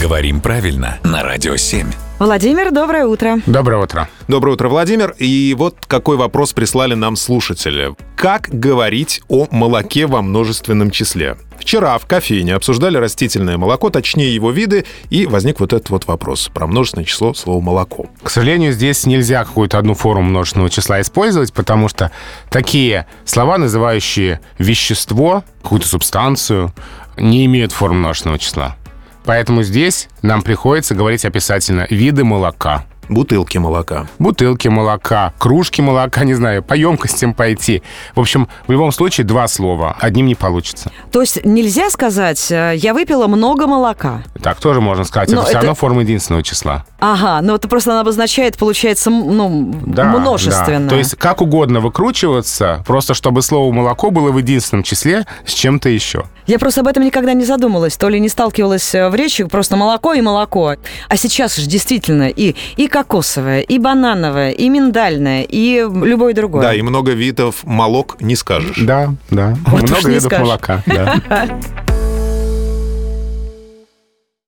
Говорим правильно на Радио 7. Владимир, доброе утро. Доброе утро. Доброе утро, Владимир. И вот какой вопрос прислали нам слушатели. Как говорить о молоке во множественном числе? Вчера в кофейне обсуждали растительное молоко, точнее его виды, и возник вот этот вот вопрос про множественное число слова «молоко». К сожалению, здесь нельзя какую-то одну форму множественного числа использовать, потому что такие слова, называющие вещество, какую-то субстанцию, не имеют форм множественного числа. Поэтому здесь нам приходится говорить описательно «виды молока». Бутылки молока. бутылки молока, кружки молока, не знаю, по емкостям пойти. В общем, в любом случае два слова, одним не получится. То есть нельзя сказать, э, я выпила много молока. Так тоже можно сказать, Но это все это- равно форма единственного числа. Ага, ну это просто она обозначает, получается, м, ну, Да, множественно. да. То есть как угодно выкручиваться, просто чтобы слово «молоко» было в единственном числе с чем-то еще. Я просто об этом никогда не задумывалась, то ли не сталкивалась э, в речи, просто молоко и молоко. А сейчас же действительно и, и кокосовое, и банановое, и миндальное, и любое другое. Да, и много видов молок не скажешь. Да, да. Вот уж Много не видов скажешь. молока. да.